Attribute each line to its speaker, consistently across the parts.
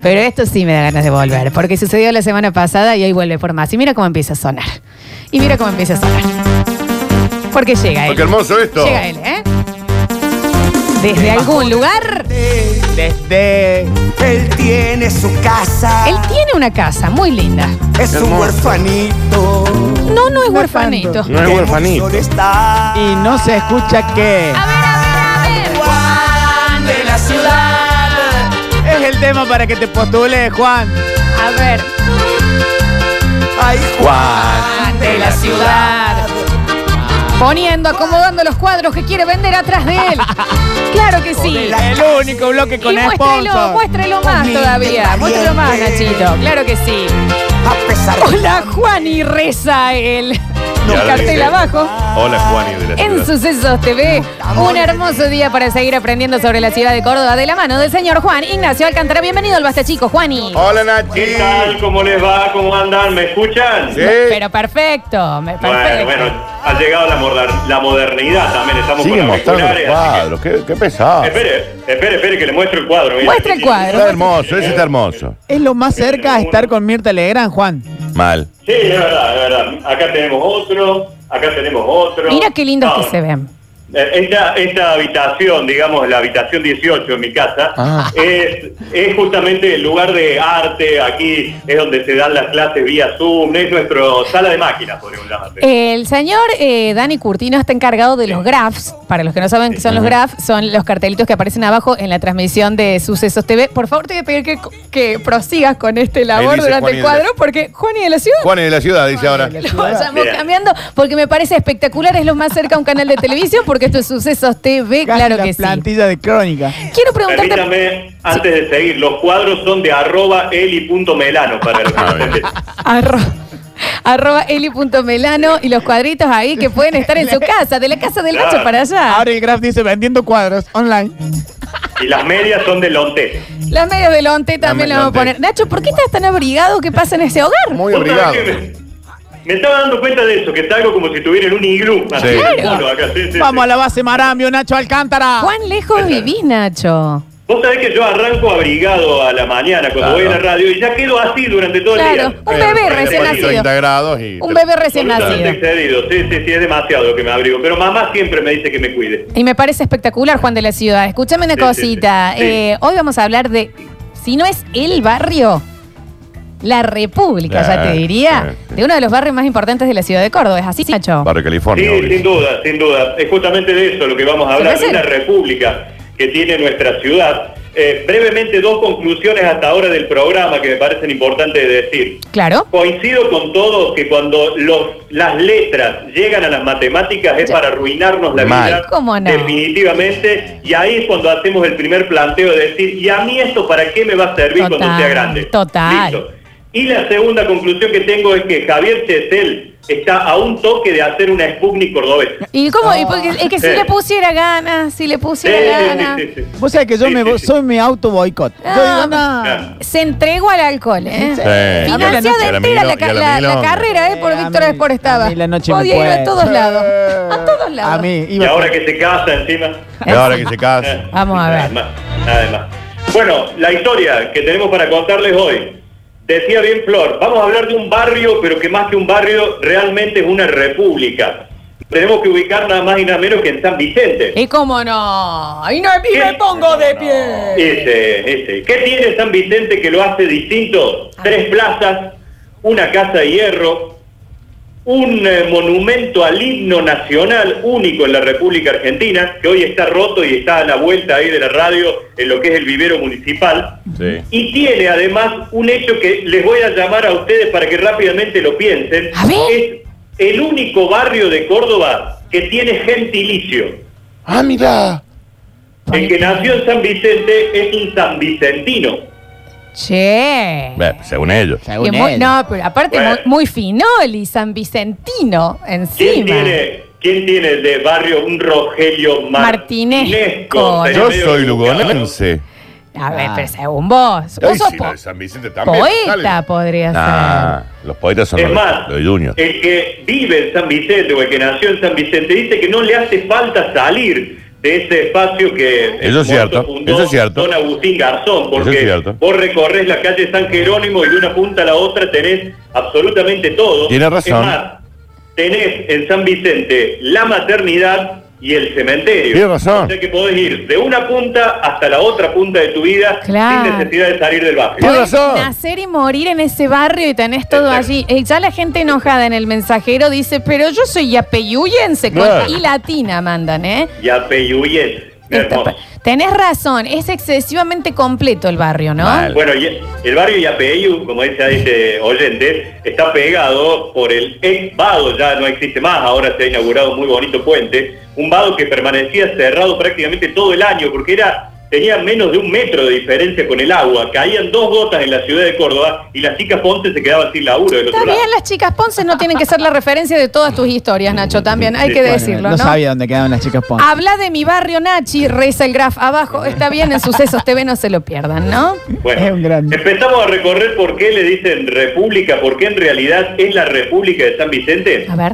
Speaker 1: Pero esto sí me da ganas de volver, porque sucedió la semana pasada y hoy vuelve por más. Y mira cómo empieza a sonar. Y mira cómo empieza a sonar. Porque llega
Speaker 2: Ay,
Speaker 1: él.
Speaker 2: qué hermoso esto.
Speaker 1: Llega él, ¿eh? Desde algún lugar.
Speaker 3: Desde
Speaker 4: Él tiene su casa.
Speaker 1: Él tiene una casa muy linda.
Speaker 4: es un
Speaker 2: Hermoso.
Speaker 4: huerfanito.
Speaker 1: No, no es huerfanito.
Speaker 2: No es
Speaker 4: que
Speaker 2: huerfanito.
Speaker 4: solo está.
Speaker 3: y no se escucha que
Speaker 1: A ver, a ver, a ver.
Speaker 4: Juan de la ciudad.
Speaker 3: es el tema para que te postules, Juan.
Speaker 1: A ver.
Speaker 4: Ay,
Speaker 2: Juan.
Speaker 4: Juan de la ciudad.
Speaker 1: Poniendo, acomodando los cuadros que quiere vender atrás de él. Claro que sí.
Speaker 3: El único bloque con
Speaker 1: y muéstrelo,
Speaker 3: sponsor.
Speaker 1: muéstrelo más todavía. Muéstrelo más, Nachito. Claro que sí.
Speaker 4: A pesar de
Speaker 1: Hola Juan y reza él.
Speaker 2: Ya lo
Speaker 1: cartel
Speaker 2: dije.
Speaker 1: abajo.
Speaker 2: eh, Hola, Juan y de la
Speaker 1: En
Speaker 2: ciudad.
Speaker 1: Sucesos TV, un hermoso día para seguir aprendiendo sobre la ciudad de Córdoba de la mano del señor Juan Ignacio Alcántara. Bienvenido al Basta Chico, Juani.
Speaker 2: Hola,
Speaker 5: ¿Qué tal?
Speaker 2: Nachi.
Speaker 5: ¿Cómo les va? ¿Cómo andan? ¿Me escuchan?
Speaker 2: Eh, Sí.
Speaker 1: Pero perfecto, me-
Speaker 5: Bueno,
Speaker 1: perfecto.
Speaker 5: bueno, ha llegado la, moder- la modernidad también. Estamos
Speaker 2: Sigue
Speaker 5: con
Speaker 2: mostrando los
Speaker 5: auriculares, así
Speaker 2: cuadros. Qué, qué pesado.
Speaker 5: que- Espere, espere, espere que le muestre el cuadro. mire.
Speaker 1: Muestra el cuadro.
Speaker 2: Está hermoso, ese está hermoso.
Speaker 3: Es lo más cerca a estar con Mirta Legrand, Juan.
Speaker 2: Mal.
Speaker 5: Sí, es verdad, es verdad. Acá tenemos otro, acá tenemos otro.
Speaker 1: Mira qué lindos
Speaker 5: No,
Speaker 1: que se ven.
Speaker 5: eh, Esta, esta habitación, digamos, la habitación 18 en mi casa,
Speaker 3: Ah.
Speaker 5: es, es justamente el lugar de arte, aquí es donde se dan las clases vía Zoom, es nuestro sala de máquinas, podríamos llamarle.
Speaker 1: El señor eh, Dani Curtino está encargado de los graphs. Para los que no saben qué son los graphs, son los cartelitos que aparecen abajo en la transmisión de Sucesos TV. Por favor, te voy a pedir que, que prosigas con este labor
Speaker 2: dice
Speaker 1: durante el
Speaker 2: Juan y de la-
Speaker 1: cuadro, porque Juan y de la ciudad
Speaker 2: Juan y de la ciudad, dice ahora.
Speaker 3: de la
Speaker 1: Lo
Speaker 3: ciudad.
Speaker 1: vayamos
Speaker 5: Bien.
Speaker 1: cambiando porque me parece espectacular, es lo más cerca a un canal de televisión porque esto es Sucesos TV,
Speaker 3: Casi
Speaker 1: claro
Speaker 3: la
Speaker 1: que sí.
Speaker 3: plantilla de crónica.
Speaker 1: Quiero preguntarte,
Speaker 5: Permítame, antes de seguir, los cuadros son de arroba eli.melano para los
Speaker 2: Ah, bien.
Speaker 5: oyentes.
Speaker 1: arro- arroba eli.melano y los cuadritos ahí que pueden estar en su casa, de la casa del
Speaker 5: Claro.
Speaker 1: Nacho para allá.
Speaker 3: Ahora el Graf dice vendiendo cuadros online.
Speaker 5: Y las medias son de Lonte.
Speaker 1: Las medias del onte también
Speaker 2: Dame
Speaker 1: las vamos a
Speaker 2: el onte.
Speaker 1: poner. Nacho, ¿por qué estás tan abrigado que pasa en ese hogar?
Speaker 2: Muy
Speaker 5: ¿Vos
Speaker 2: obligado.
Speaker 5: sabés que Me me estaba dando cuenta de eso, que está algo como si estuviera en un iglú. Así,
Speaker 2: Claro.
Speaker 5: solo acá, sí, sí, sí.
Speaker 3: Vamos a la base Marambio, Nacho Alcántara.
Speaker 1: Juan, lejos vivís, Nacho.
Speaker 5: Vos sabés que yo arranco abrigado a la mañana cuando
Speaker 2: Claro.
Speaker 5: voy a la radio y ya quedo así durante todo
Speaker 1: Claro,
Speaker 5: el día.
Speaker 1: un bebé
Speaker 5: Eh,
Speaker 1: recién
Speaker 5: bueno,
Speaker 1: nacido.
Speaker 2: 30 grados y.
Speaker 1: Un bebé recién
Speaker 5: absolutamente
Speaker 1: nacido.
Speaker 5: excedido. Sí, sí, sí, es demasiado que me abrigo. Pero mamá siempre me dice que me cuide.
Speaker 1: Y me parece espectacular, Juan de la Ciudad. Escúchame una
Speaker 5: Sí,
Speaker 1: cosita.
Speaker 5: sí, sí.
Speaker 1: Eh, hoy vamos a hablar de, si no es el barrio, la República, ya te
Speaker 2: Claro,
Speaker 1: diría,
Speaker 2: claro, sí.
Speaker 1: de uno de los barrios más importantes de la ciudad de Córdoba. ¿Es así, Nacho?
Speaker 2: Barrio California.
Speaker 5: Sí,
Speaker 2: obvio.
Speaker 5: sin duda, sin duda. Es justamente de eso lo que vamos a
Speaker 1: ¿Se
Speaker 5: hablar,
Speaker 1: parece?
Speaker 5: de una república que tiene nuestra ciudad. Eh, brevemente, dos conclusiones hasta ahora del programa que me parecen importantes de decir.
Speaker 1: Claro.
Speaker 5: Coincido con todos que cuando los, las letras llegan a las matemáticas es
Speaker 1: Ya.
Speaker 5: para arruinarnos la
Speaker 2: Mal.
Speaker 5: vida
Speaker 1: ¿Cómo no?
Speaker 5: definitivamente y ahí es cuando hacemos el primer planteo de decir, ¿y a mí esto para qué me va a servir cuando
Speaker 1: Total,
Speaker 5: sea grande?
Speaker 1: total.
Speaker 5: Listo. Y la segunda conclusión que tengo es que Javier Chesel está a un toque de hacer una Sputnik cordobesa.
Speaker 1: ¿Y cómo? Y porque es que si
Speaker 5: Sí.
Speaker 1: le pusiera ganas, si le
Speaker 5: Sí,
Speaker 1: pusiera ganas.
Speaker 5: sí, sí, sí.
Speaker 3: Vos sabés que yo
Speaker 5: Sí,
Speaker 3: me
Speaker 5: sí,
Speaker 3: vo-
Speaker 5: sí.
Speaker 3: soy mi auto boicot.
Speaker 1: Ah,
Speaker 3: Yo digo, no.
Speaker 5: Claro.
Speaker 1: Se entregó al alcohol, ¿eh?
Speaker 2: Sí.
Speaker 1: Financió
Speaker 3: Y a
Speaker 1: de
Speaker 2: la
Speaker 1: entera la,
Speaker 2: milo- y a la
Speaker 1: la- la
Speaker 2: milonga.
Speaker 1: carrera, ¿eh? Por
Speaker 3: Eh, a
Speaker 1: Víctor
Speaker 3: mí-
Speaker 1: Espor estaba.
Speaker 3: a mí la noche me
Speaker 1: Podía ir a
Speaker 3: cuesta.
Speaker 1: todos lados. A todos lados.
Speaker 3: A mí.
Speaker 5: Y
Speaker 3: iba
Speaker 5: ahora que se casa encima.
Speaker 2: Y ahora que se
Speaker 5: Eh,
Speaker 2: casa.
Speaker 1: Vamos a
Speaker 5: nada
Speaker 1: ver.
Speaker 5: más, nada más. Bueno, la historia que tenemos para contarles hoy. Decía bien Flor, vamos a hablar de un barrio, pero que más que un barrio realmente es una república. Tenemos que ubicar nada más y nada menos que en San Vicente.
Speaker 1: ¿Y cómo no? ¡Ahí no, y me
Speaker 5: Sí.
Speaker 1: pongo de pie!
Speaker 5: Ese, ese. Este, ¿Qué tiene San Vicente que lo hace distinto? Tres plazas, una casa de hierro, un eh, monumento al himno nacional único en la República Argentina, que hoy está roto y está a la vuelta ahí de la radio en lo que es el vivero municipal.
Speaker 2: Sí.
Speaker 5: Y tiene además un hecho que les voy a llamar a ustedes para que rápidamente lo piensen.
Speaker 1: A ver.
Speaker 5: Es el único barrio de Córdoba que tiene gentilicio.
Speaker 2: Ah, mira.
Speaker 5: El que nació en San Vicente es un san vicentino.
Speaker 1: Che.
Speaker 2: Bueno, según ellos.
Speaker 1: Que
Speaker 3: Según
Speaker 1: muy-
Speaker 3: él.
Speaker 1: no, pero aparte
Speaker 5: Bueno.
Speaker 1: muy, muy finol y san vicentino
Speaker 5: ¿Quién
Speaker 1: encima.
Speaker 5: tiene, quién tiene de barrio un Rogelio
Speaker 1: Martinesco,
Speaker 5: Martinesco?
Speaker 1: ¿no?
Speaker 2: Yo soy lugonense.
Speaker 1: A ver,
Speaker 3: Ah.
Speaker 1: pero según vos. Vos
Speaker 2: Ay,
Speaker 1: sos
Speaker 2: sí,
Speaker 1: po-
Speaker 2: lo de San Vicente también.
Speaker 1: poeta,
Speaker 2: Dale.
Speaker 1: podría
Speaker 2: Nah, los poetas son
Speaker 5: Es
Speaker 2: los,
Speaker 5: más, eh,
Speaker 2: los de Junior.
Speaker 5: el que vive en San Vicente o el que nació en San Vicente dice que no le hace falta salir de ese espacio que en
Speaker 2: Eso es
Speaker 5: su momento
Speaker 2: cierto,
Speaker 5: fundó
Speaker 2: eso es cierto.
Speaker 5: Don Agustín Garzón, porque
Speaker 2: es cierto.
Speaker 5: vos recorres la calle San Jerónimo y de una punta a la otra tenés absolutamente todo.
Speaker 2: Tiene razón.
Speaker 5: Es más, tenés en San Vicente la maternidad y el cementerio.
Speaker 2: Tiene razón.
Speaker 5: O sea que podés ir de una punta hasta la otra punta de tu vida
Speaker 1: Claro.
Speaker 5: sin necesidad de salir del barrio.
Speaker 2: Tiene
Speaker 1: Podés
Speaker 2: razón.
Speaker 1: Nacer y morir en ese barrio y tenés todo
Speaker 5: Exacto.
Speaker 1: allí. Eh, ya la gente enojada en el mensajero dice, pero yo soy yapeyuyense con-
Speaker 2: Claro.
Speaker 1: y latina, mandan, ¿eh?
Speaker 5: Y a Peyuyes.
Speaker 1: Esta pa- Tenés razón, es excesivamente completo el barrio, ¿no?
Speaker 2: Mal.
Speaker 5: Bueno, y el barrio Yapeyu, como dice ahí este oyente, está pegado por el ex vado, ya no existe más, ahora se ha inaugurado un muy bonito puente, un vado que permanecía cerrado prácticamente todo el año, porque era tenía menos de un metro de diferencia con el agua, caían dos gotas en la ciudad de Córdoba y las chicas Ponce se quedaban sin laburo del
Speaker 1: Está
Speaker 5: otro lado.
Speaker 1: bien, las chicas Ponce no tienen que ser la referencia de todas tus historias, Nacho, también hay
Speaker 5: Sí,
Speaker 1: que
Speaker 5: bueno,
Speaker 1: decirlo, ¿no? Ah,
Speaker 3: No sabía dónde quedaban las chicas Ponce.
Speaker 1: Habla de mi barrio, Nachi, reza el graf abajo. Está bien, en Sucesos TV no se lo pierdan, ¿no?
Speaker 3: Es un
Speaker 5: Bueno,
Speaker 3: grande.
Speaker 5: empezamos a recorrer por qué le dicen república, por qué en realidad es la república de San Vicente.
Speaker 1: A ver.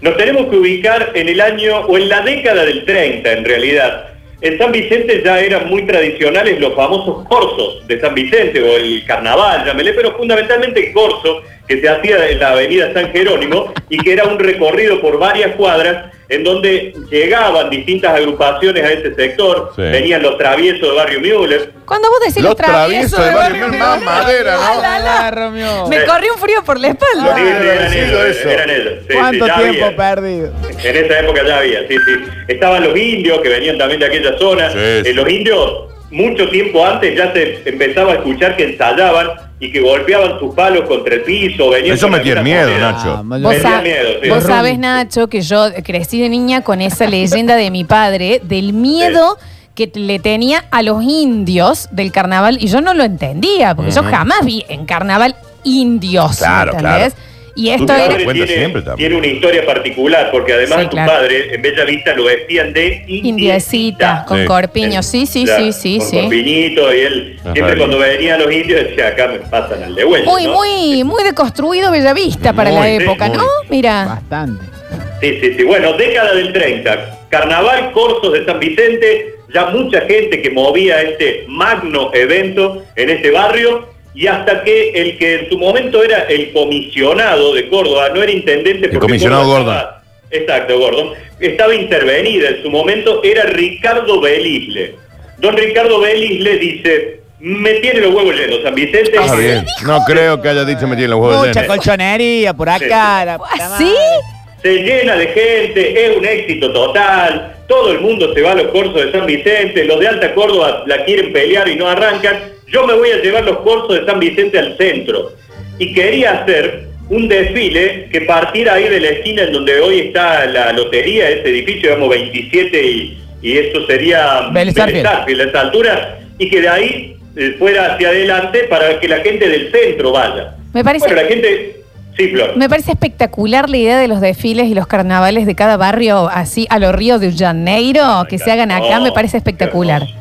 Speaker 5: Nos tenemos que ubicar en el año o en la década del 30 en realidad. En San Vicente ya eran muy tradicionales los famosos corsos de San Vicente o el carnaval, llámele, pero fundamentalmente el corso que se hacía en la avenida San Jerónimo y que era un recorrido por varias cuadras en donde llegaban distintas agrupaciones a este sector,
Speaker 2: Sí.
Speaker 5: venían los traviesos de Barrio Müller,
Speaker 1: Cuando vos decís
Speaker 2: Los
Speaker 1: los traviesos
Speaker 2: traviesos de
Speaker 1: de
Speaker 2: barrio,
Speaker 1: barrio, Ah,
Speaker 2: más madera, ¿no?
Speaker 3: Ah,
Speaker 1: la, la, la.
Speaker 3: Romeo.
Speaker 1: Me
Speaker 5: Sí.
Speaker 1: corrió un frío por la
Speaker 5: los
Speaker 1: espalda.
Speaker 5: líderes eran
Speaker 2: sí,
Speaker 5: ellos,
Speaker 2: Ah, eso.
Speaker 5: eran ellos. Sí, sí,
Speaker 3: ¿Cuánto
Speaker 5: ya
Speaker 3: tiempo
Speaker 5: había.
Speaker 3: perdido?
Speaker 5: En esa época ya había, sí, sí. Estaban los indios que venían también de aquella zona.
Speaker 2: Sí,
Speaker 5: Eh,
Speaker 2: sí.
Speaker 5: los indios, mucho tiempo antes, ya se empezaba a escuchar que ensayaban y que golpeaban sus palos contra el piso. Venían
Speaker 2: Eso
Speaker 5: con
Speaker 2: me tiene
Speaker 5: alguna
Speaker 2: miedo,
Speaker 5: moneda.
Speaker 2: Nacho.
Speaker 3: mal-
Speaker 1: Vos,
Speaker 5: Me
Speaker 1: sa-
Speaker 5: dio miedo, sí.
Speaker 1: vos sabés, Nacho, que yo crecí de niña con esa leyenda de mi padre, del miedo que le tenía a los indios del carnaval, y yo no lo entendía, porque yo
Speaker 2: Ujú.
Speaker 1: jamás vi en carnaval indios, ¿me
Speaker 2: Claro,
Speaker 1: ¿entendés? Y
Speaker 5: Tu
Speaker 1: esto
Speaker 2: Claro.
Speaker 1: era...
Speaker 5: padre
Speaker 2: Cuenta
Speaker 5: tiene,
Speaker 2: siempre también.
Speaker 5: tiene una historia particular, porque además
Speaker 1: Sí,
Speaker 5: a tu
Speaker 1: claro.
Speaker 5: padre, en Bella Vista, lo vestían de
Speaker 1: Indiecita, con
Speaker 2: Sí.
Speaker 1: corpiño, sí, sí,
Speaker 5: Ya,
Speaker 1: sí, sí,
Speaker 5: con
Speaker 1: sí.
Speaker 5: corpiñito, y él
Speaker 2: Ajá,
Speaker 5: siempre
Speaker 2: bien.
Speaker 5: cuando venían los indios decía, acá me pasan al de vuelta.
Speaker 1: Muy,
Speaker 5: ¿no?
Speaker 1: muy, muy deconstruido Bellavista para
Speaker 2: Muy,
Speaker 1: la
Speaker 2: sí,
Speaker 1: época,
Speaker 2: muy.
Speaker 1: ¿no? Mira.
Speaker 3: Bastante.
Speaker 5: Sí, sí, sí. Bueno, década del 30. Carnaval Corsos de San Vicente, ya mucha gente que movía este magno evento en este barrio y hasta que el que en su momento era el comisionado de Córdoba, no era intendente.
Speaker 2: El
Speaker 5: porque
Speaker 2: comisionado
Speaker 5: Córdoba
Speaker 2: Gordon.
Speaker 5: estaba- exacto, Gordon. Estaba intervenida en su momento, era Ricardo Belisle. Don Ricardo Belisle dice, me tiene los huevos llenos San Vicente.
Speaker 2: Está Ah, bien. No creo que haya dicho me tiene los huevos
Speaker 3: Mucha
Speaker 2: llenos.
Speaker 3: colchonería por acá.
Speaker 1: Ah,
Speaker 3: la puta
Speaker 1: ¿Así?
Speaker 5: se llena de gente, es un éxito total, todo el mundo se va a los corsos de San Vicente, los de Alta Córdoba la quieren pelear y no arrancan, yo me voy a llevar los corsos de San Vicente al centro. Y quería hacer un desfile que partiera ahí de la esquina en donde hoy está la lotería, este edificio, digamos 27 y, y eso sería
Speaker 3: Vélez Sarsfield.
Speaker 5: Sarsfield. Sarsfield, a esta altura, y que de ahí eh, fuera hacia adelante para que la gente del centro vaya.
Speaker 1: Me parece-
Speaker 5: Bueno, la gente... Sí, Flor.
Speaker 1: Me parece espectacular la idea de los desfiles y los carnavales de cada barrio, así a los ríos de Janeiro, que se hagan acá,
Speaker 5: No,
Speaker 1: me parece espectacular.
Speaker 5: hermoso.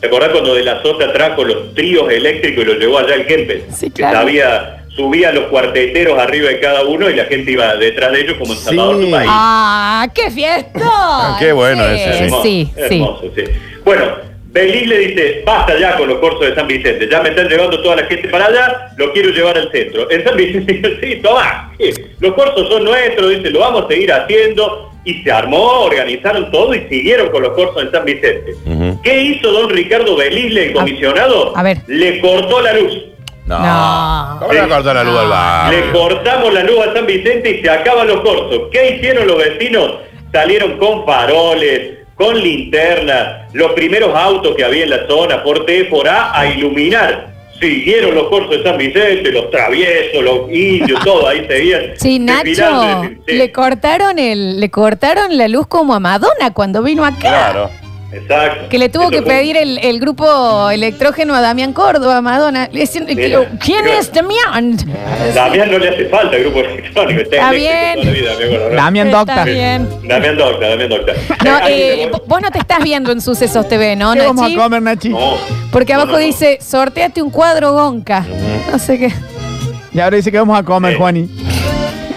Speaker 5: ¿Te acordás cuando De La Sota trajo los tríos eléctricos y los llevó allá al Kempes?
Speaker 1: Sí,
Speaker 5: Que
Speaker 1: claro.
Speaker 5: sabía- subía los cuarteteros arriba de cada uno y la gente iba detrás de ellos como en
Speaker 3: Sí.
Speaker 5: Salvador tu país.
Speaker 1: ¡Ah, qué fiesta!
Speaker 2: Qué bueno
Speaker 1: Sí,
Speaker 2: ese,
Speaker 5: Hermoso,
Speaker 1: Eh, Sí, sí.
Speaker 5: ¿eh? hermoso, sí. Bueno, Belis le dice, basta ya con los corsos de San Vicente, ya me están llevando toda la gente para allá, lo quiero llevar al centro. En San Vicente dice, sí, toma, sí, los corsos son nuestros, dice, lo vamos a seguir haciendo, y se armó, organizaron todo y siguieron con los corsos de San Vicente.
Speaker 2: Ujú.
Speaker 5: ¿Qué hizo don Ricardo Belisle, el comisionado?
Speaker 1: a ver.
Speaker 5: Le cortó la luz.
Speaker 1: No.
Speaker 2: ¿Cómo le va a cortar la luz al
Speaker 1: Ah.
Speaker 5: Le
Speaker 2: barrio?
Speaker 5: cortamos la luz a San Vicente y se acaban los cortos. ¿Qué hicieron los vecinos? Salieron con faroles, con linternas, los primeros autos que había en la zona, por T, por A, a iluminar. Siguieron los cortos de San Vicente, los traviesos, los indios, todo ahí seguían.
Speaker 1: Sí,
Speaker 5: desfilando.
Speaker 1: Nacho,
Speaker 5: Sí,
Speaker 1: le cortaron el, le cortaron la luz como a Madonna cuando vino acá.
Speaker 2: Claro.
Speaker 5: Exacto.
Speaker 1: Que le tuvo
Speaker 5: Eso
Speaker 1: que
Speaker 5: fue-
Speaker 1: pedir el, el grupo electrógeno a Damián Córdoba, Madonna. Le decían,
Speaker 5: Mira,
Speaker 1: ¿Quién
Speaker 5: mira.
Speaker 1: es Damián?
Speaker 5: Damián no le hace falta el grupo electrónico. este
Speaker 1: Está
Speaker 5: eléctrico
Speaker 1: bien.
Speaker 5: toda la vida, me acuerdo, ¿no?
Speaker 3: Damián
Speaker 1: Está
Speaker 3: Doctor.
Speaker 1: bien.
Speaker 5: Damián Docta, Damián Docta.
Speaker 1: No,
Speaker 5: Ahí
Speaker 1: eh,
Speaker 5: tenemos-
Speaker 1: vo- vos no te estás viendo en Sucesos TV, ¿no,
Speaker 3: ¿Qué vamos
Speaker 1: Nachi?
Speaker 3: a comer, Nachi?
Speaker 5: No.
Speaker 1: Porque
Speaker 5: No,
Speaker 1: abajo
Speaker 5: no, no.
Speaker 1: dice, sorteate un cuadro gonca. No sé qué.
Speaker 3: Y ahora dice que vamos a comer,
Speaker 5: Sí.
Speaker 3: Juani.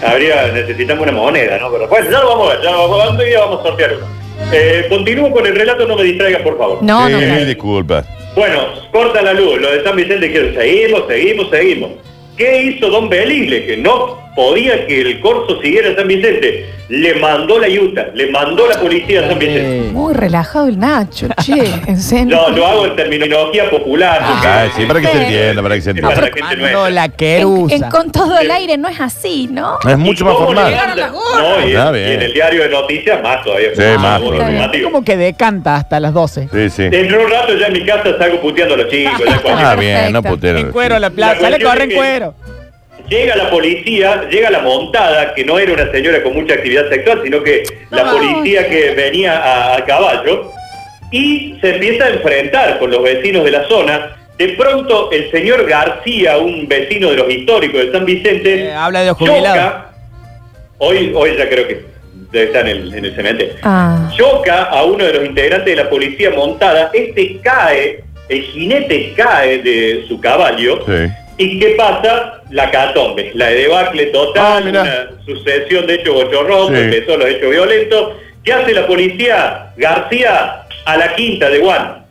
Speaker 5: pues, Habría, necesitamos una moneda, ¿no? Pero bueno, ya lo vamos a ver, ya lo vamos a ver, un día vamos a sortear uno. Eh, continúo con el relato, no me distraigas, por favor.
Speaker 1: No, no,
Speaker 2: Sí,
Speaker 1: claro.
Speaker 2: disculpa.
Speaker 5: Bueno, corta la luz, lo de San Vicente dijeron, seguimos, seguimos, seguimos. ¿Qué hizo don Beligle? Que no podía que el corso siguiera a San Vicente. Le mandó la yuta, le mandó la policía a San Vicente.
Speaker 3: Eh,
Speaker 1: Muy relajado el Nacho, che, en serio.
Speaker 5: No, lo hago en terminología popular. porque-
Speaker 2: Ah, sí, para que se
Speaker 1: Sí.
Speaker 2: entienda, para que se
Speaker 1: Ah,
Speaker 5: Para
Speaker 2: entienda.
Speaker 5: la gente
Speaker 3: mando
Speaker 5: nuestra.
Speaker 3: la
Speaker 1: En-
Speaker 3: querusa.
Speaker 1: en- con todo el aire no es así, ¿no?
Speaker 2: Es mucho
Speaker 5: ¿Y
Speaker 2: más
Speaker 5: cómo le
Speaker 2: formal.
Speaker 1: llegaron las gorras?
Speaker 5: No, y,
Speaker 2: Está
Speaker 5: en,
Speaker 2: bien.
Speaker 5: y en el diario de noticias más todavía. Ah,
Speaker 2: Sí, más
Speaker 5: Muy
Speaker 2: todavía.
Speaker 5: llamativo.
Speaker 3: Como que decanta hasta las 12.
Speaker 2: Sí, sí.
Speaker 5: Dentro de un rato ya en mi casa salgo puteando a los chicos. ya cuando-
Speaker 2: Ah, bien, no
Speaker 1: Perfecto.
Speaker 2: putero.
Speaker 3: En cuero a la
Speaker 5: La
Speaker 3: plaza, sale
Speaker 5: cuestión
Speaker 3: corre en
Speaker 5: es que-
Speaker 3: cuero.
Speaker 5: Llega la policía, llega la montada, que no era una señora con mucha actividad sexual, sino que la
Speaker 1: No.
Speaker 5: policía que venía a, a caballo, y se empieza a enfrentar con los vecinos de la zona. De pronto el señor García, un vecino de los históricos de San Vicente,
Speaker 3: Eh, habla de los jubilados.
Speaker 5: choca- hoy, hoy ya creo que debe estar en el, en el cementerio.
Speaker 1: Ah.
Speaker 5: Choca a uno de los integrantes de la policía montada, este cae, el jinete cae de su caballo.
Speaker 2: Sí.
Speaker 5: ¿Y qué pasa? La catombe, la debacle
Speaker 2: Ah,
Speaker 5: total,
Speaker 2: mirá.
Speaker 5: una sucesión de hechos bochorrosos,
Speaker 2: Sí.
Speaker 5: empezó los hechos violentos. ¿Qué hace la policía? García a la quinta de Juan.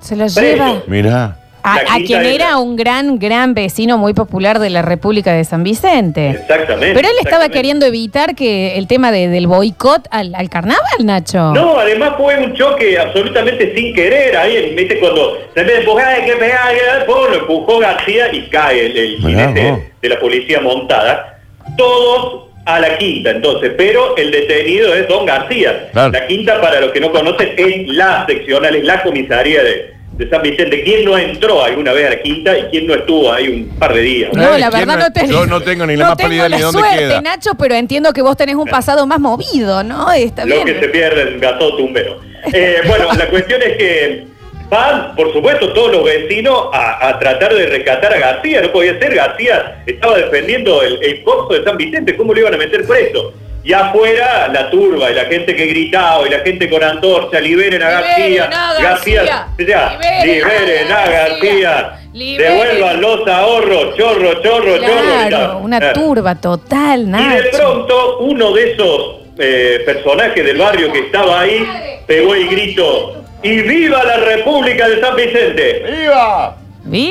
Speaker 1: Se lo
Speaker 5: Preso.
Speaker 1: lleva
Speaker 2: Mirá.
Speaker 1: a,
Speaker 5: La
Speaker 1: a
Speaker 5: quinta
Speaker 1: quien
Speaker 5: de-
Speaker 1: era un gran, gran vecino muy popular de la República de San Vicente.
Speaker 5: Exactamente.
Speaker 1: Pero él estaba
Speaker 5: exactamente.
Speaker 1: queriendo evitar que el tema de- del boicot al, al carnaval, Nacho.
Speaker 5: No, además fue un choque absolutamente sin querer. Ahí, en- viste, cuando se me empujaba, hay que pegar, hay que pegar, pum, lo empujó García y cae el, el
Speaker 2: Mirá
Speaker 5: jinete
Speaker 2: vos.
Speaker 5: de la policía montada. Todos a la quinta, entonces. Pero el detenido es Don García.
Speaker 2: Claro.
Speaker 5: La quinta, para los que no conocen, es la seccional, es la comisaría de, de San Vicente. ¿Quién no entró alguna vez a la quinta y quién no estuvo ahí un par de días?
Speaker 1: No,
Speaker 2: Eh,
Speaker 1: la
Speaker 2: ¿quién
Speaker 1: verdad
Speaker 2: no-
Speaker 1: no tengo.
Speaker 2: yo no tengo ni la más
Speaker 1: tengo
Speaker 2: pálida idea ni
Speaker 1: la
Speaker 2: dónde
Speaker 1: suerte,
Speaker 2: queda.
Speaker 1: Nacho, pero entiendo que vos tenés un pasado más movido, ¿no? Está
Speaker 5: lo
Speaker 1: bien.
Speaker 5: que se pierde en gato tumbero. Eh, bueno, la cuestión es que van, por supuesto, todos los vecinos a, a tratar de rescatar a García. No podía ser, García estaba defendiendo el, el corso de San Vicente. ¿Cómo lo iban a meter preso? Y afuera la turba y la gente que gritaba y la gente con antorcha, liberen a García.
Speaker 1: Liberen a García.
Speaker 5: ya,
Speaker 1: Liberen a
Speaker 5: liberen a
Speaker 1: García.
Speaker 5: García.
Speaker 1: Liberen.
Speaker 5: Devuelvan los ahorros, chorro, chorro, chorro. Eh,
Speaker 1: Claro,
Speaker 5: gritaba.
Speaker 1: una
Speaker 5: Claro.
Speaker 1: turba total,
Speaker 5: Y de
Speaker 1: Nacho.
Speaker 5: pronto uno de esos eh, personajes del barrio que estaba ahí pegó el grito ¡Y viva la República de San Vicente!
Speaker 2: ¡Viva!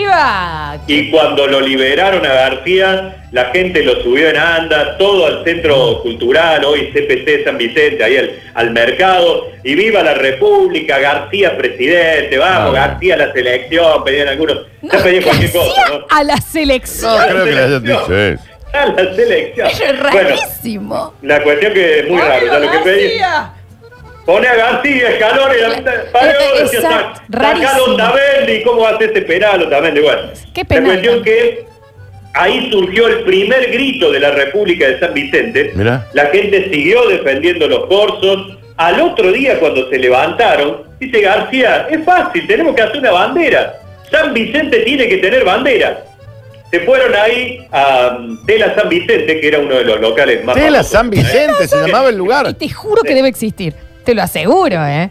Speaker 1: ¡Viva!
Speaker 5: Y cuando lo liberaron a García, la gente lo subió en anda, todo al centro cultural, hoy CPC San Vicente, ahí al, al mercado, y viva la República, García presidente, vamos,
Speaker 2: Ah.
Speaker 5: García a la selección, pedían algunos,
Speaker 1: No,
Speaker 5: ya pedían cualquier
Speaker 1: García
Speaker 5: cosa, ¿no?
Speaker 1: a la
Speaker 2: No
Speaker 1: selección.
Speaker 2: creo que le hayan dicho eso.
Speaker 5: A la selección.
Speaker 1: Eso es
Speaker 5: Bueno,
Speaker 1: rarísimo.
Speaker 5: la cuestión que es muy raro, ya lo que pedí. Pone a García, escalones, la puta parió,
Speaker 1: Eh, eh,
Speaker 5: decía,
Speaker 1: exacto,
Speaker 5: "Sac- sacalo
Speaker 1: rarísimo.
Speaker 5: Otamendi, ¿cómo va a hacer ese penal Otamendi? Bueno,
Speaker 1: Qué penal,
Speaker 5: la cuestión
Speaker 1: ¿no?
Speaker 5: que ahí surgió el primer grito de la República de San Vicente.
Speaker 2: Mirá.
Speaker 5: La gente siguió defendiendo los corsos. Al otro día, cuando se levantaron, dice García, es fácil, tenemos que hacer una bandera. San Vicente tiene que tener bandera. Se fueron ahí a mm, Tela San Vicente, que era uno de los locales más
Speaker 2: Tela
Speaker 5: famosos.
Speaker 2: San Vicente, se llamaba el
Speaker 1: Y
Speaker 2: lugar.
Speaker 1: te juro que debe existir. Te lo aseguro, ¿eh?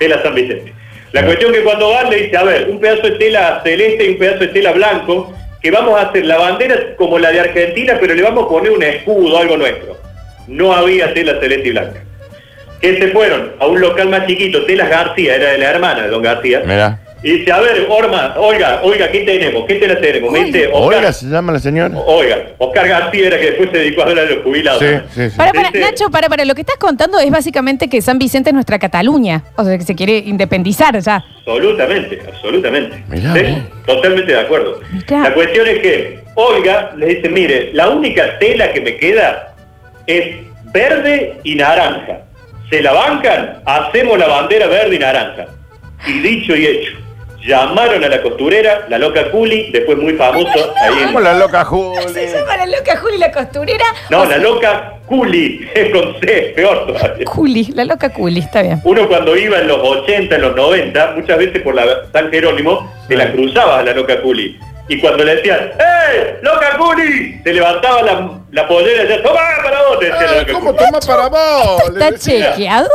Speaker 5: tela San Vicente. La cuestión que cuando van le dice, a ver, un pedazo de tela celeste y un pedazo de tela blanco, que vamos a hacer la bandera como la de Argentina, pero le vamos a poner un escudo, algo nuestro. No había tela celeste y blanca. Que se fueron a un local más chiquito, Telas García, era de la hermana de Don García.
Speaker 2: Mirá.
Speaker 5: Y dice, a ver, Orma, Olga, Olga, ¿qué tenemos? ¿Qué tela tenemos? Me dice, Oscar,
Speaker 2: Olga se llama la señora.
Speaker 5: Oiga, Oscar García era que después se dedicó a hablar de los jubilados.
Speaker 2: Sí, sí, sí.
Speaker 1: Para, para,
Speaker 5: Este-
Speaker 1: Nacho, para, para, lo que estás contando es básicamente que San Vicente es nuestra Cataluña. O sea, que se quiere independizar ya.
Speaker 5: Absolutamente, absolutamente.
Speaker 2: Mirá,
Speaker 5: ¿Sí?
Speaker 2: mirá.
Speaker 5: Totalmente de acuerdo.
Speaker 1: Mirá.
Speaker 5: La cuestión es que Olga le dice, mire, la única tela que me queda es verde y naranja. ¿Se la bancan? Hacemos la bandera verde y naranja. Y dicho y hecho. Llamaron a la costurera, la loca Culi, después muy famoso ahí en-
Speaker 2: Como la loca Julia.
Speaker 1: Se llama la loca Juli la costurera.
Speaker 5: No,
Speaker 1: O
Speaker 5: la
Speaker 1: sea,
Speaker 5: loca Culi, con C, peor todavía.
Speaker 1: Juli, la loca Juli, está bien.
Speaker 5: Uno cuando iba en los 80, en los 90, muchas veces por la San Jerónimo, se la cruzaba a la loca Culi. Y cuando le decían, ¡Eh, loca Culi! Se levantaba la, la pollera y decía, ¡Toma para vos! Decía la loca
Speaker 2: Ah, ¿Cómo
Speaker 5: Culi.
Speaker 2: toma para vos? Le
Speaker 1: ¿Está
Speaker 2: decía.
Speaker 1: chequeado?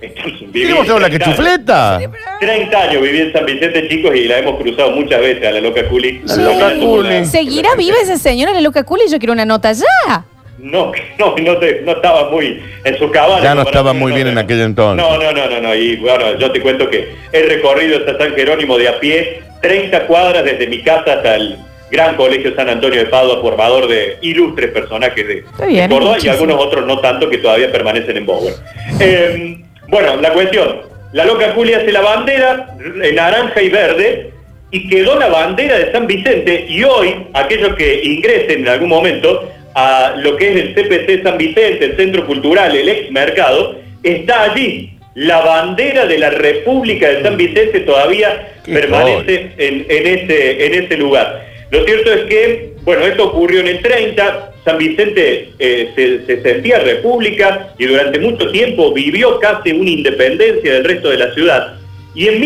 Speaker 5: Esto es un vivir,
Speaker 2: ¿Tenemos la
Speaker 5: 30 años.
Speaker 2: quechufleta?
Speaker 5: 30 años viví en San Vicente, chicos, y la hemos cruzado muchas veces a la loca Culi.
Speaker 2: La loca
Speaker 5: Como
Speaker 2: Culi.
Speaker 5: una-
Speaker 1: ¿Seguirá viva esa señora la loca Juli? Yo quiero una nota ya.
Speaker 5: no, no, no, te- no estaba muy en su cabal.
Speaker 2: Ya no estaba muy bien en aquel entonces.
Speaker 5: No, no, no, no, no. Y bueno, yo te cuento que he recorrido hasta San Jerónimo de a pie, 30 cuadras desde mi casa hasta el Gran Colegio San Antonio de Padua, formador de ilustres personajes de,
Speaker 1: Está bien,
Speaker 5: de Córdoba
Speaker 1: muchísimo.
Speaker 5: y algunos otros no tanto que todavía permanecen en Bowen. Eh, bueno, la cuestión. La loca Julia hace la bandera eh, naranja y verde y quedó la bandera de San Vicente y hoy aquellos que ingresen en algún momento a lo que es el CPC San Vicente, el Centro Cultural, el ex mercado, está allí. La bandera de la República de San Vicente todavía
Speaker 2: Qué
Speaker 5: permanece en, en ese, en ese lugar. Lo cierto es que, bueno, esto ocurrió en el 30, San Vicente eh, se, se sentía república y durante mucho tiempo vivió casi una independencia del resto de la ciudad. Y en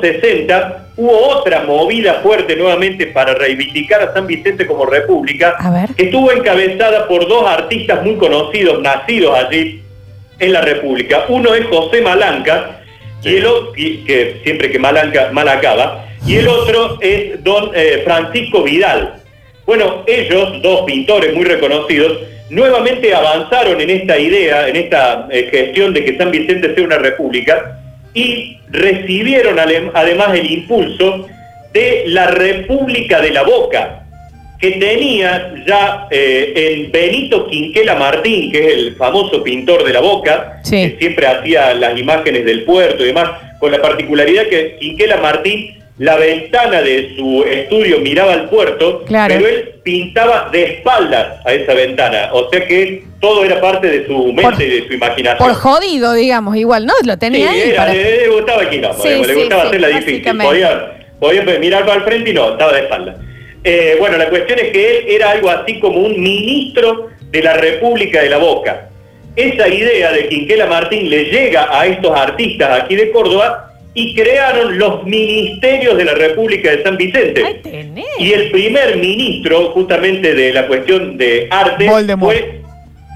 Speaker 5: 1960 hubo otra movida fuerte nuevamente para reivindicar a San Vicente como república,
Speaker 1: A ver.
Speaker 5: que estuvo encabezada por dos artistas muy conocidos, nacidos allí en la República. Uno es José Malanca, y el otro, y- que siempre que Malanca, mal acaba, y el otro es don eh, Francisco Vidal. Bueno, ellos, dos pintores muy reconocidos, nuevamente avanzaron en esta idea, en esta eh, gestión de que San Vicente sea una república, y recibieron alem- además el impulso de la República de la Boca, que tenía ya eh, en Benito Quinquela Martín, que es el famoso pintor de la boca,
Speaker 1: Sí.
Speaker 5: que siempre hacía las imágenes del puerto y demás, con la particularidad que Quinquela Martín, la ventana de su estudio miraba al puerto,
Speaker 1: Claro.
Speaker 5: pero él pintaba de espaldas a esa ventana, o sea que todo era parte de su mente
Speaker 1: Por-
Speaker 5: y de su imaginación.
Speaker 1: Por jodido, digamos, igual, ¿no? Lo
Speaker 5: Sí,
Speaker 1: tenía ahí
Speaker 5: era,
Speaker 1: para...
Speaker 5: le, le gustaba el quilombo,
Speaker 1: Sí,
Speaker 5: digamos, le
Speaker 1: sí,
Speaker 5: gustaba
Speaker 1: sí,
Speaker 5: hacerla difícil.
Speaker 1: básicamente.
Speaker 5: Podía, podía mirar para el frente y no, estaba de espalda. Eh, bueno, la cuestión es que él era algo así como un ministro de la República de la Boca. Esa idea de Quinquela Martín le llega a estos artistas aquí de Córdoba y crearon los ministerios de la República de San Vicente.
Speaker 1: Ahí tenés.
Speaker 5: Y el primer ministro, justamente de la cuestión de arte,
Speaker 3: Voldemort.
Speaker 5: fue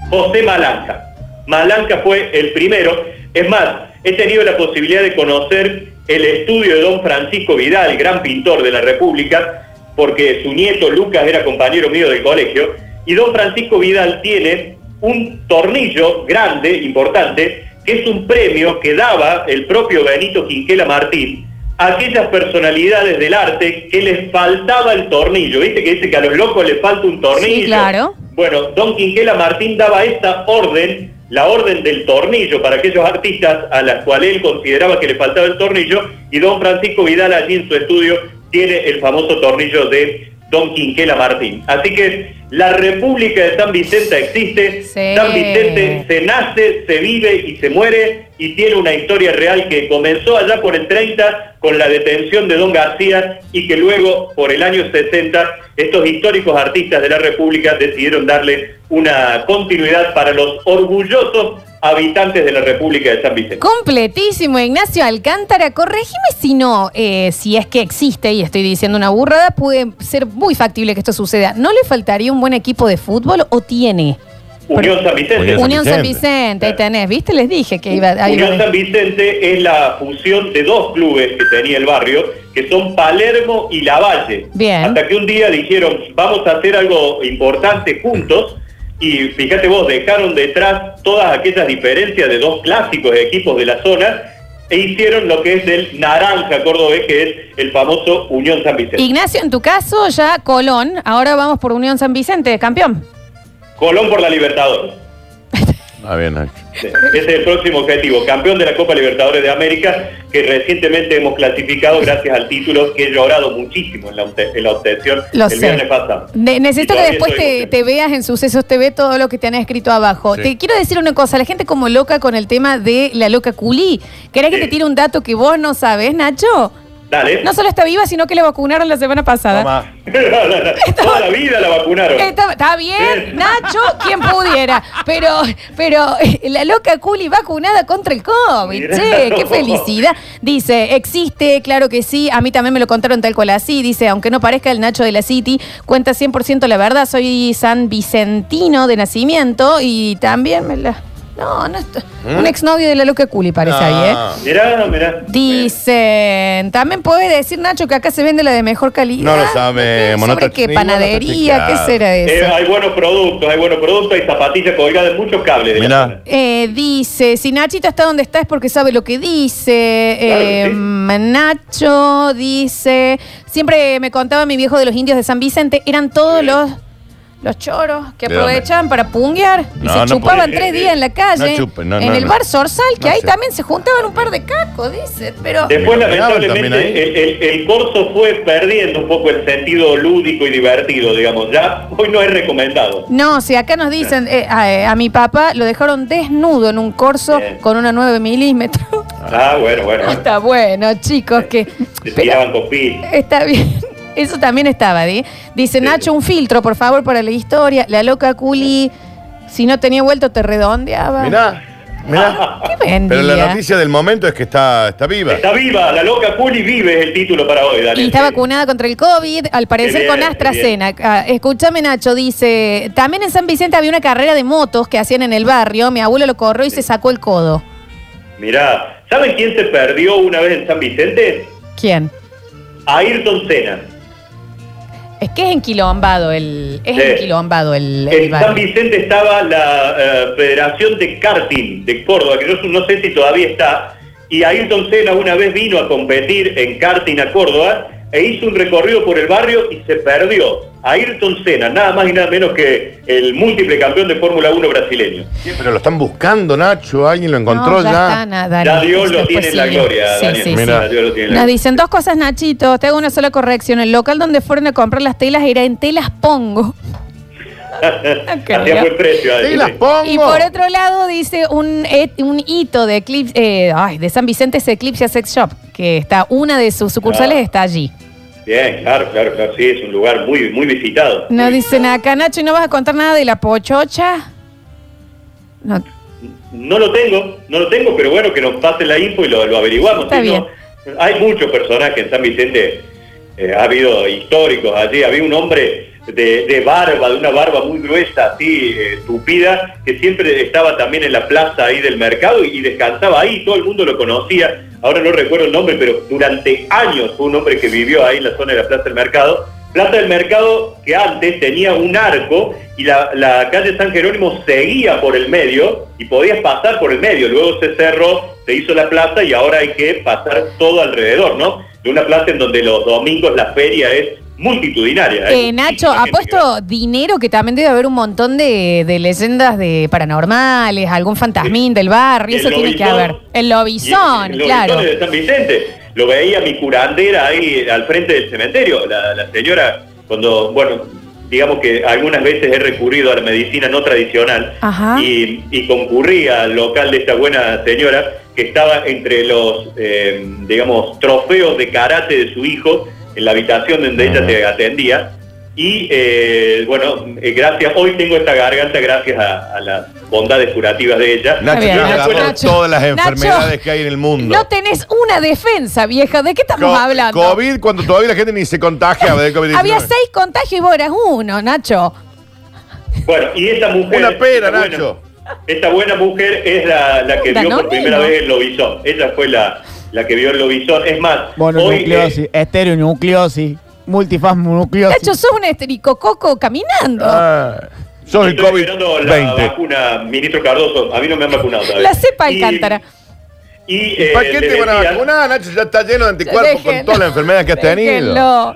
Speaker 5: José Malanca. Malanca fue el primero. Es más, he tenido la posibilidad de conocer el estudio de don Francisco Vidal, gran pintor de la República, porque su nieto Lucas era compañero mío del colegio. Y don Francisco Vidal tiene un tornillo grande, importante, que es un premio que daba el propio Benito Quinquela Martín a aquellas personalidades del arte que les faltaba el tornillo. ¿Viste que dice que a los locos les falta un tornillo?
Speaker 1: Sí, claro.
Speaker 5: Bueno, don Quinquela Martín daba esta orden, la orden del tornillo para aquellos artistas a las cuales él consideraba que le faltaba el tornillo y don Francisco Vidal allí en su estudio tiene el famoso tornillo de don Quinquela Martín. Así que la República de San Vicente existe,
Speaker 1: Sí.
Speaker 5: San Vicente se nace, se vive y se muere y tiene una historia real que comenzó allá por el 30 con la detención de Don García y que luego por el año 60 estos históricos artistas de la República decidieron darle una continuidad para los orgullosos habitantes de la República de San Vicente.
Speaker 1: Completísimo, Ignacio Alcántara. Corregime si no, eh, si es que existe, y estoy diciendo una burrada, puede ser muy factible que esto suceda. ¿No le faltaría un buen equipo de fútbol o tiene?
Speaker 5: Unión San Vicente.
Speaker 2: San
Speaker 1: Unión San
Speaker 2: Vicente.
Speaker 1: Vicente, ahí tenés, ¿viste? Les dije que iba, ahí iba
Speaker 5: Unión San Vicente es la fusión de dos clubes que tenía el barrio, que son Palermo y Lavalle.
Speaker 1: Bien.
Speaker 5: Hasta que un día dijeron, vamos a hacer algo importante juntos, y fíjate vos, dejaron detrás todas aquellas diferencias de dos clásicos equipos de la zona, e hicieron lo que es el naranja cordobés, que es el famoso Unión San Vicente.
Speaker 1: Ignacio, en tu caso ya Colón, ahora vamos por Unión San Vicente, campeón.
Speaker 5: Colón por la Libertadores.
Speaker 2: Ah, bien, Nacho.
Speaker 5: Ese es el próximo objetivo, campeón de la Copa Libertadores de América, que recientemente hemos clasificado gracias al título que he llorado muchísimo en la, obte- en la obtención
Speaker 1: Lo
Speaker 5: el
Speaker 1: sé.
Speaker 5: viernes pasado.
Speaker 1: Ne- necesito
Speaker 5: Y
Speaker 1: que
Speaker 5: todavía
Speaker 1: después
Speaker 5: estoy
Speaker 1: te,
Speaker 5: emocionado.
Speaker 1: te veas en Sucesos TV todo lo que te han escrito abajo.
Speaker 2: Sí.
Speaker 1: Te quiero decir una cosa, la gente como loca con el tema de la loca culí. ¿Querés que
Speaker 5: Sí.
Speaker 1: te tire un dato que vos no sabes, Nacho?
Speaker 5: Dale.
Speaker 1: No solo está viva, sino que la vacunaron la semana pasada.
Speaker 2: Toma.
Speaker 5: Toda la vida la vacunaron.
Speaker 1: Está, está bien,
Speaker 5: Sí.
Speaker 1: Nacho, quien pudiera. Pero, pero eh, la loca Culi vacunada contra el COVID.
Speaker 5: Mirá.
Speaker 1: Che, qué felicidad. Dice, existe, claro que sí. A mí también me lo contaron tal cual así. Dice, aunque no parezca el Nacho de la City, cuenta 100% la verdad. Soy san vicentino de nacimiento y también me la... No, no está-
Speaker 2: ¿Mm?
Speaker 1: Un exnovio de la Luca Culi parece ahí, ¿eh?
Speaker 2: Ah.
Speaker 5: Mirá, mirá.
Speaker 1: Dicen, también puede decir Nacho que acá se vende la de mejor calidad.
Speaker 2: No lo sabe,
Speaker 1: ¿Sobre
Speaker 2: monota-
Speaker 1: qué?
Speaker 2: ni
Speaker 1: ¿Panadería?
Speaker 2: monota
Speaker 1: ¿Qué
Speaker 2: chica.
Speaker 1: será
Speaker 5: Eh,
Speaker 1: eso?
Speaker 5: hay buenos productos, hay buenos productos, hay zapatillas colgadas de muchos cables. de la
Speaker 2: Mirá.
Speaker 5: zona.
Speaker 1: Eh, dice, si Nachito está donde está es porque sabe lo que dice.
Speaker 5: Claro que
Speaker 1: Eh,
Speaker 5: sí.
Speaker 1: Nacho dice, siempre me contaba mi viejo de los indios de San Vicente, eran todos los, los choros que
Speaker 2: ¿De dónde?
Speaker 1: aprovechaban para punguear y
Speaker 2: No,
Speaker 1: se
Speaker 2: no
Speaker 1: chupaban
Speaker 5: puede-
Speaker 1: tres días en la calle.
Speaker 2: No chupen, no,
Speaker 1: en
Speaker 2: no,
Speaker 1: el
Speaker 2: no.
Speaker 1: bar Sorsal, que
Speaker 2: No
Speaker 1: ahí
Speaker 2: sé.
Speaker 1: también se juntaban un par de cacos, dice, pero...
Speaker 5: Después,
Speaker 2: Mira, también ahí.
Speaker 5: lamentablemente, el, el, el corso fue perdiendo un poco el sentido lúdico y divertido, digamos. Ya hoy no es recomendado.
Speaker 1: No, si acá nos dicen, eh, a, eh, a mi papá lo dejaron desnudo en un corso
Speaker 5: Bien.
Speaker 1: con una 9 milímetros.
Speaker 5: Ah, bueno, bueno.
Speaker 1: No está bueno, chicos, que...
Speaker 5: Se
Speaker 1: pero
Speaker 5: tiraban con pil.
Speaker 1: está bien. Eso también estaba, ¿di? Dice
Speaker 5: Sí.
Speaker 1: Nacho, un filtro, por favor, para la historia. La loca Culi, si no tenía vuelto, te redondeaba.
Speaker 2: Mirá, mirá.
Speaker 1: Qué Ah, buen
Speaker 2: Pero la
Speaker 1: día.
Speaker 2: noticia del momento es que está, está viva.
Speaker 5: Está viva, la loca Culi vive es el título para hoy, Daniel.
Speaker 1: Y está vacunada contra el COVID, al parecer
Speaker 5: Qué
Speaker 1: con
Speaker 5: bien,
Speaker 1: AstraZeneca. Ah, Escúchame, Nacho, dice, también en San Vicente había una carrera de motos que hacían en el barrio. Mi abuelo lo corrió y se sacó el codo.
Speaker 5: Mirá, ¿saben quién se perdió una vez en San Vicente?
Speaker 1: ¿Quién?
Speaker 5: Ayrton Senna.
Speaker 1: Es que es enquilombado el. Es
Speaker 5: Sí.
Speaker 1: enquilombado el, el
Speaker 5: En
Speaker 1: barrio.
Speaker 5: San Vicente estaba la eh, Federación de Karting de Córdoba, que yo no sé si todavía está, y Ayrton Senna una vez vino a competir en karting a Córdoba e hizo un recorrido por el barrio y se perdió. Ayrton Senna, nada más y nada menos que el múltiple campeón de Fórmula 1 brasileño.
Speaker 2: Sí, pero lo están buscando, Nacho. Alguien lo
Speaker 1: No,
Speaker 2: encontró
Speaker 1: ya
Speaker 2: ya.
Speaker 1: está, na- Dani,
Speaker 5: Ya Dios
Speaker 1: esto
Speaker 5: lo
Speaker 1: es
Speaker 5: tiene en la
Speaker 1: posible.
Speaker 5: gloria,
Speaker 1: Sí,
Speaker 5: Daniel.
Speaker 1: sí,
Speaker 2: Mira.
Speaker 1: sí.
Speaker 5: Ya Dios lo tiene en la
Speaker 1: Nos
Speaker 5: gloria.
Speaker 1: dicen dos cosas, Nachito. Te hago una sola corrección. El local donde fueron a comprar las telas era en Telas Pongo. No creo.
Speaker 5: Hacía buen precio.
Speaker 2: Sí,
Speaker 5: Daniel.
Speaker 2: las pongo.
Speaker 1: Y por otro lado dice un, et- un hito de Eclipse, eh, ay, de San Vicente es Eclipse Sex Shop, que está, una de sus sucursales
Speaker 5: Ah.
Speaker 1: está allí.
Speaker 5: Bien, claro, claro, claro. Sí, es un lugar muy, muy visitado.
Speaker 1: No
Speaker 5: Muy
Speaker 1: dicen acá, Nacho, ¿y no vas a contar nada de la pochocha? No,
Speaker 5: No lo tengo, no lo tengo, pero bueno, que nos pase la info y lo, lo averiguamos.
Speaker 1: Está
Speaker 5: Si no, hay muchos personajes en San Vicente, eh, ha habido históricos allí, había un hombre de, de barba, de una barba muy gruesa, así, eh, tupida, que siempre estaba también en la plaza ahí del mercado y, y descansaba ahí, todo el mundo lo conocía, ahora no recuerdo el nombre, pero durante años fue un hombre que vivió ahí en la zona de la plaza del mercado. Plaza del Mercado que antes tenía un arco y la, la calle San Jerónimo seguía por el medio y podías pasar por el medio. Luego se cerró, se hizo la plaza y ahora hay que pasar todo alrededor, ¿no? De una plaza en donde los domingos la feria es multitudinaria. ¿eh?
Speaker 1: Eh, Nacho,
Speaker 5: Muchísima
Speaker 1: ha
Speaker 5: gente que va.
Speaker 1: puesto dinero que también debe haber un montón de, de leyendas de paranormales, algún fantasmín del barrio,
Speaker 5: El
Speaker 1: eso tiene que
Speaker 5: lobizón.
Speaker 1: haber. El
Speaker 5: Y
Speaker 1: lobizón,
Speaker 5: el- los
Speaker 1: claro.
Speaker 5: bisones de San Vicente. Lo veía mi curandera ahí al frente del cementerio. La, la señora, cuando, bueno, digamos que algunas veces he recurrido a la medicina no tradicional
Speaker 1: Ajá.
Speaker 5: y, y concurrí al local de esta buena señora que estaba entre los, eh, digamos, trofeos de karate de su hijo en la habitación donde ella se atendía. Y eh, bueno, eh, gracias, hoy tengo esta garganta gracias a, a las bondades curativas de ella.
Speaker 1: Está
Speaker 2: Nacho,
Speaker 1: bien,
Speaker 2: te
Speaker 1: Nacho,
Speaker 2: agarró
Speaker 1: Nacho.
Speaker 2: todas las
Speaker 1: Nacho,
Speaker 2: enfermedades que hay en el mundo.
Speaker 1: No tenés una defensa, vieja. ¿De qué estamos
Speaker 2: Co-
Speaker 1: hablando?
Speaker 2: COVID, cuando todavía la gente ni se contagiaba de COVID.
Speaker 1: Había seis contagios y vos eras uno, Nacho.
Speaker 5: Bueno, y esta mujer.
Speaker 2: Una pera,
Speaker 5: esta buena-
Speaker 2: Nacho.
Speaker 5: esta buena mujer es la, la que
Speaker 1: Un
Speaker 5: vio por
Speaker 1: danonino.
Speaker 5: primera vez el lobizón. Ella fue la, la que vio el lobizón. Es más,
Speaker 3: Mononucleosis,
Speaker 5: eh,
Speaker 3: estereonucleosis, multifasmonucleosis.
Speaker 1: Nacho, sos un estricococo caminando.
Speaker 2: Ah, sos el
Speaker 5: estoy esperando la
Speaker 2: COVID-20.
Speaker 5: vacuna, ministro Cardoso. A mí no me han vacunado todavía.
Speaker 1: La cepa
Speaker 5: Y-
Speaker 1: Alcántara.
Speaker 5: Y, eh,
Speaker 2: ¿Para qué
Speaker 5: le
Speaker 2: te van a
Speaker 5: decían,
Speaker 2: vacunar, Nacho? Ya está lleno de anticuerpos
Speaker 1: Déjenlo.
Speaker 2: con todas las enfermedades que has tenido.
Speaker 1: Déjenlo.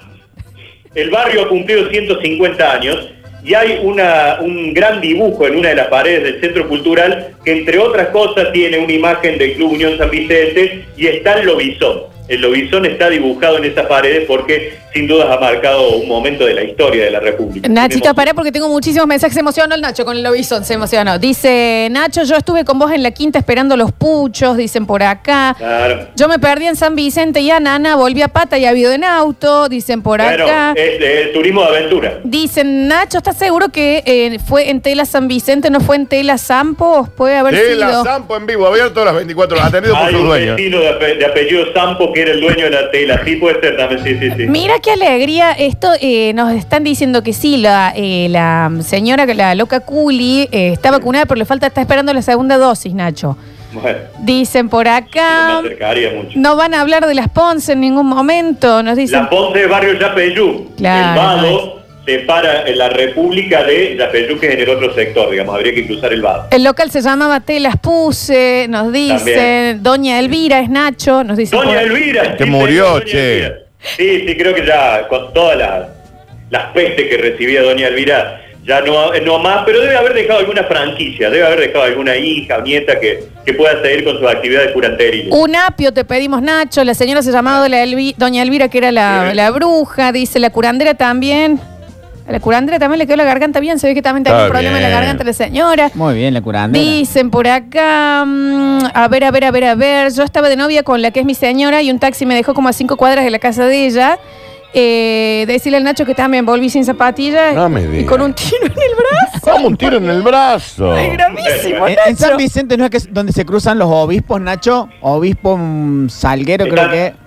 Speaker 5: El barrio ha cumplido 150 años y hay una- un gran dibujo en una de las paredes del Centro Cultural que, entre otras cosas, tiene una imagen del Club Unión San Vicente y está el lobizón. El lobizón está dibujado en esas paredes porque, sin dudas, ha marcado un momento de la historia de la República.
Speaker 1: Nachito,
Speaker 5: Tenemos-
Speaker 1: pará porque tengo muchísimos mensajes. Se emocionó el Nacho con el lobizón, se emocionó. Dice, Nacho, yo estuve con vos en la quinta esperando los puchos, dicen por acá.
Speaker 5: Claro.
Speaker 1: Yo me perdí en San Vicente y a Nana, volví a pata y ha habido en auto, dicen por
Speaker 5: Bueno,
Speaker 1: acá.
Speaker 5: es, eh, turismo de aventura.
Speaker 1: Dicen, Nacho, ¿estás seguro que eh, fue en Tela San Vicente, no fue en Tela Sampo? Puede haber
Speaker 2: De la
Speaker 1: sido.
Speaker 2: Sampo en vivo, abierto a las 24 horas, atendido por
Speaker 5: Hay
Speaker 2: sus
Speaker 5: un
Speaker 2: dueños.
Speaker 5: vecino de, ape- de apellido Sampo que era el dueño de la tela. Sí, puede ser también. Sí, sí, sí.
Speaker 1: Mira qué alegría. Esto eh, nos están diciendo que sí, la, eh, la señora, la loca Culi, eh, está vacunada, pero le falta, está esperando la segunda dosis, Nacho.
Speaker 5: Bueno,
Speaker 1: Dicen por
Speaker 5: no
Speaker 1: acá.
Speaker 5: me acercaría mucho.
Speaker 1: No van a hablar de las Ponce en ningún momento, nos dicen.
Speaker 5: La Ponce de barrio Yapeyú.
Speaker 1: Claro,
Speaker 5: el vado separa en la República de Yapeyú, que es en el otro sector, digamos, habría que cruzar el vado.
Speaker 1: El local se llamaba Te las puse, nos dicen.
Speaker 5: También.
Speaker 1: Doña Elvira es Nacho, nos dicen.
Speaker 5: Doña
Speaker 1: por-
Speaker 5: Elvira.
Speaker 2: Que
Speaker 5: sí,
Speaker 2: murió,
Speaker 5: señor, doña
Speaker 2: che.
Speaker 5: Elvira. Sí, sí, creo que ya con todas las, las pestes que recibía Doña Elvira, ya no, no más, pero debe haber dejado alguna franquicia, debe haber dejado alguna hija, nieta que, que pueda seguir con sus actividades curanteriles.
Speaker 1: Un apio te pedimos, Nacho. La señora se llamaba la Elvi- Doña Elvira, que era la,
Speaker 5: Sí.
Speaker 1: la bruja. Dice la curandera también. A la curandera también le quedó la garganta bien. Se ve que también tenía
Speaker 2: Está
Speaker 1: un problema en la
Speaker 2: bien.
Speaker 1: garganta la señora.
Speaker 3: Muy bien, la curandera.
Speaker 1: Dicen por acá, mm, a ver, a ver, a ver, a ver. Yo estaba de novia con la que es mi señora y un taxi me dejó como a cinco cuadras de la casa de ella. Eh, decirle al Nacho que también volví sin zapatillas
Speaker 2: No me
Speaker 1: y
Speaker 2: digas.
Speaker 1: con un tiro en el brazo.
Speaker 2: Como un tiro en el brazo.
Speaker 1: Es gravísimo,
Speaker 3: En, en San
Speaker 1: Nacho.
Speaker 3: Vicente no es que es donde se cruzan los obispos, Nacho. Obispo mm, Salguero, creo
Speaker 5: Están-
Speaker 3: que.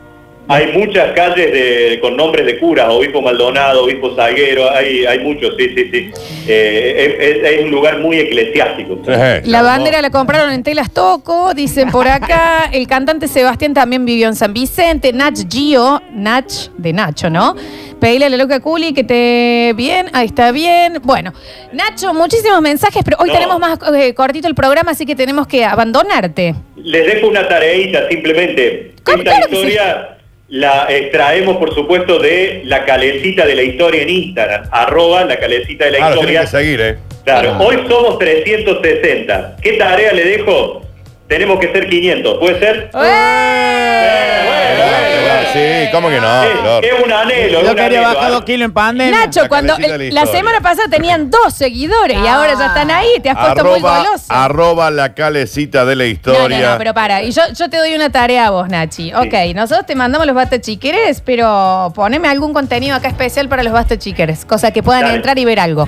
Speaker 5: Hay muchas calles de- con nombres de curas, Obispo Maldonado, Obispo Salguero, hay, hay muchos, sí, sí, sí. Eh, es, es- es un lugar muy eclesiástico.
Speaker 2: Sí.
Speaker 1: La bandera la compraron en Telas Toco, dicen por acá. El cantante Sebastián también vivió en San Vicente. Nach Gio, Nach de Nacho, ¿no? Pedile a la loca Culi que te. Bien, ahí está bien. Bueno, Nacho, muchísimos mensajes, pero hoy
Speaker 5: No.
Speaker 1: tenemos más eh, cortito el programa, así que tenemos que abandonarte.
Speaker 5: Les dejo una tareita simplemente.
Speaker 1: ¿Cómo?
Speaker 5: Esta
Speaker 1: Claro que
Speaker 5: historia la extraemos, por supuesto, de la calecita de la historia en Instagram, arroba la calecita de la
Speaker 2: Claro, tiene
Speaker 5: historia.
Speaker 2: que seguir, ¿eh?
Speaker 5: Claro,
Speaker 3: Ah.
Speaker 5: hoy somos 360. ¿Qué tarea le dejo? Tenemos que ser 500, ¿puede ser?
Speaker 2: Eh,
Speaker 1: ¡Eh!
Speaker 2: Bueno, bueno, bueno, sí, ¿cómo que no?
Speaker 5: es,
Speaker 2: Flor?
Speaker 5: es un anhelo. es
Speaker 3: Yo
Speaker 5: un
Speaker 3: quería
Speaker 5: anhelo.
Speaker 3: bajar dos kilos en pandemia.
Speaker 1: Nacho,
Speaker 2: La
Speaker 1: cuando
Speaker 2: cabecita de la
Speaker 1: la
Speaker 2: historia.
Speaker 1: semana pasada tenían dos seguidores y ahora ya están ahí, te has puesto muy
Speaker 2: Arroba,
Speaker 1: goloso.
Speaker 2: arroba la calecita de la
Speaker 1: No,
Speaker 2: historia.
Speaker 1: no, no, pero para. Y yo, yo te doy una tarea a vos, Nachi. Ok, nosotros te mandamos los basta chiqueres, pero poneme algún contenido acá especial para los basta chiqueres. Cosa que puedan
Speaker 5: Dale.
Speaker 1: entrar y ver algo.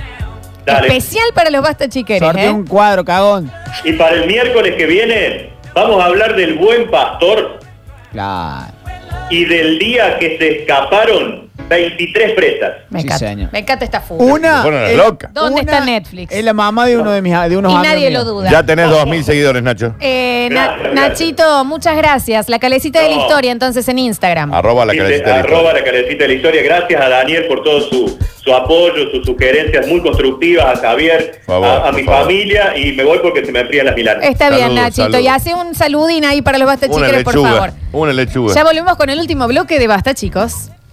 Speaker 5: Dale.
Speaker 1: Especial para los basta chiqueres.
Speaker 3: Sorteé
Speaker 1: ¿eh?
Speaker 3: un cuadro, cagón.
Speaker 5: Y para el miércoles que viene vamos a hablar del buen pastor
Speaker 3: Claro.
Speaker 5: y del día que se escaparon 23 presas.
Speaker 1: Me
Speaker 3: Sí,
Speaker 1: encanta.
Speaker 3: señor.
Speaker 1: Me encanta esta fuga.
Speaker 3: Una.
Speaker 2: Se fueron las
Speaker 3: es-
Speaker 2: locas.
Speaker 1: ¿Dónde
Speaker 3: una
Speaker 1: está Netflix?
Speaker 3: Es la mamá de uno de mis de unos
Speaker 1: y
Speaker 3: amigos
Speaker 1: nadie
Speaker 3: míos.
Speaker 1: lo duda.
Speaker 2: Ya tenés 2.000 seguidores, Nacho.
Speaker 1: Eh, Na-
Speaker 5: Gracias, gracias.
Speaker 1: Nachito, muchas gracias. La calecita de la
Speaker 5: No.
Speaker 1: historia, entonces, en Instagram.
Speaker 2: Arroba la
Speaker 5: Dice,
Speaker 2: calecita de la historia.
Speaker 5: arroba la carecita de la historia. Gracias a Daniel por todo su, su apoyo, sus sugerencias muy constructivas, a Javier,
Speaker 2: Por favor,
Speaker 5: a, a mi
Speaker 2: por favor.
Speaker 5: familia y me voy porque se me enfrían las milanas.
Speaker 1: Está bien,
Speaker 2: Saludos,
Speaker 1: Nachito.
Speaker 2: saludos.
Speaker 1: Y hace un saludín ahí para los basta
Speaker 2: Una
Speaker 1: chiqueres, Este por
Speaker 2: lechuga.
Speaker 1: favor.
Speaker 2: Una lechuga.
Speaker 1: Ya volvemos con el último bloque de Basta, chicos.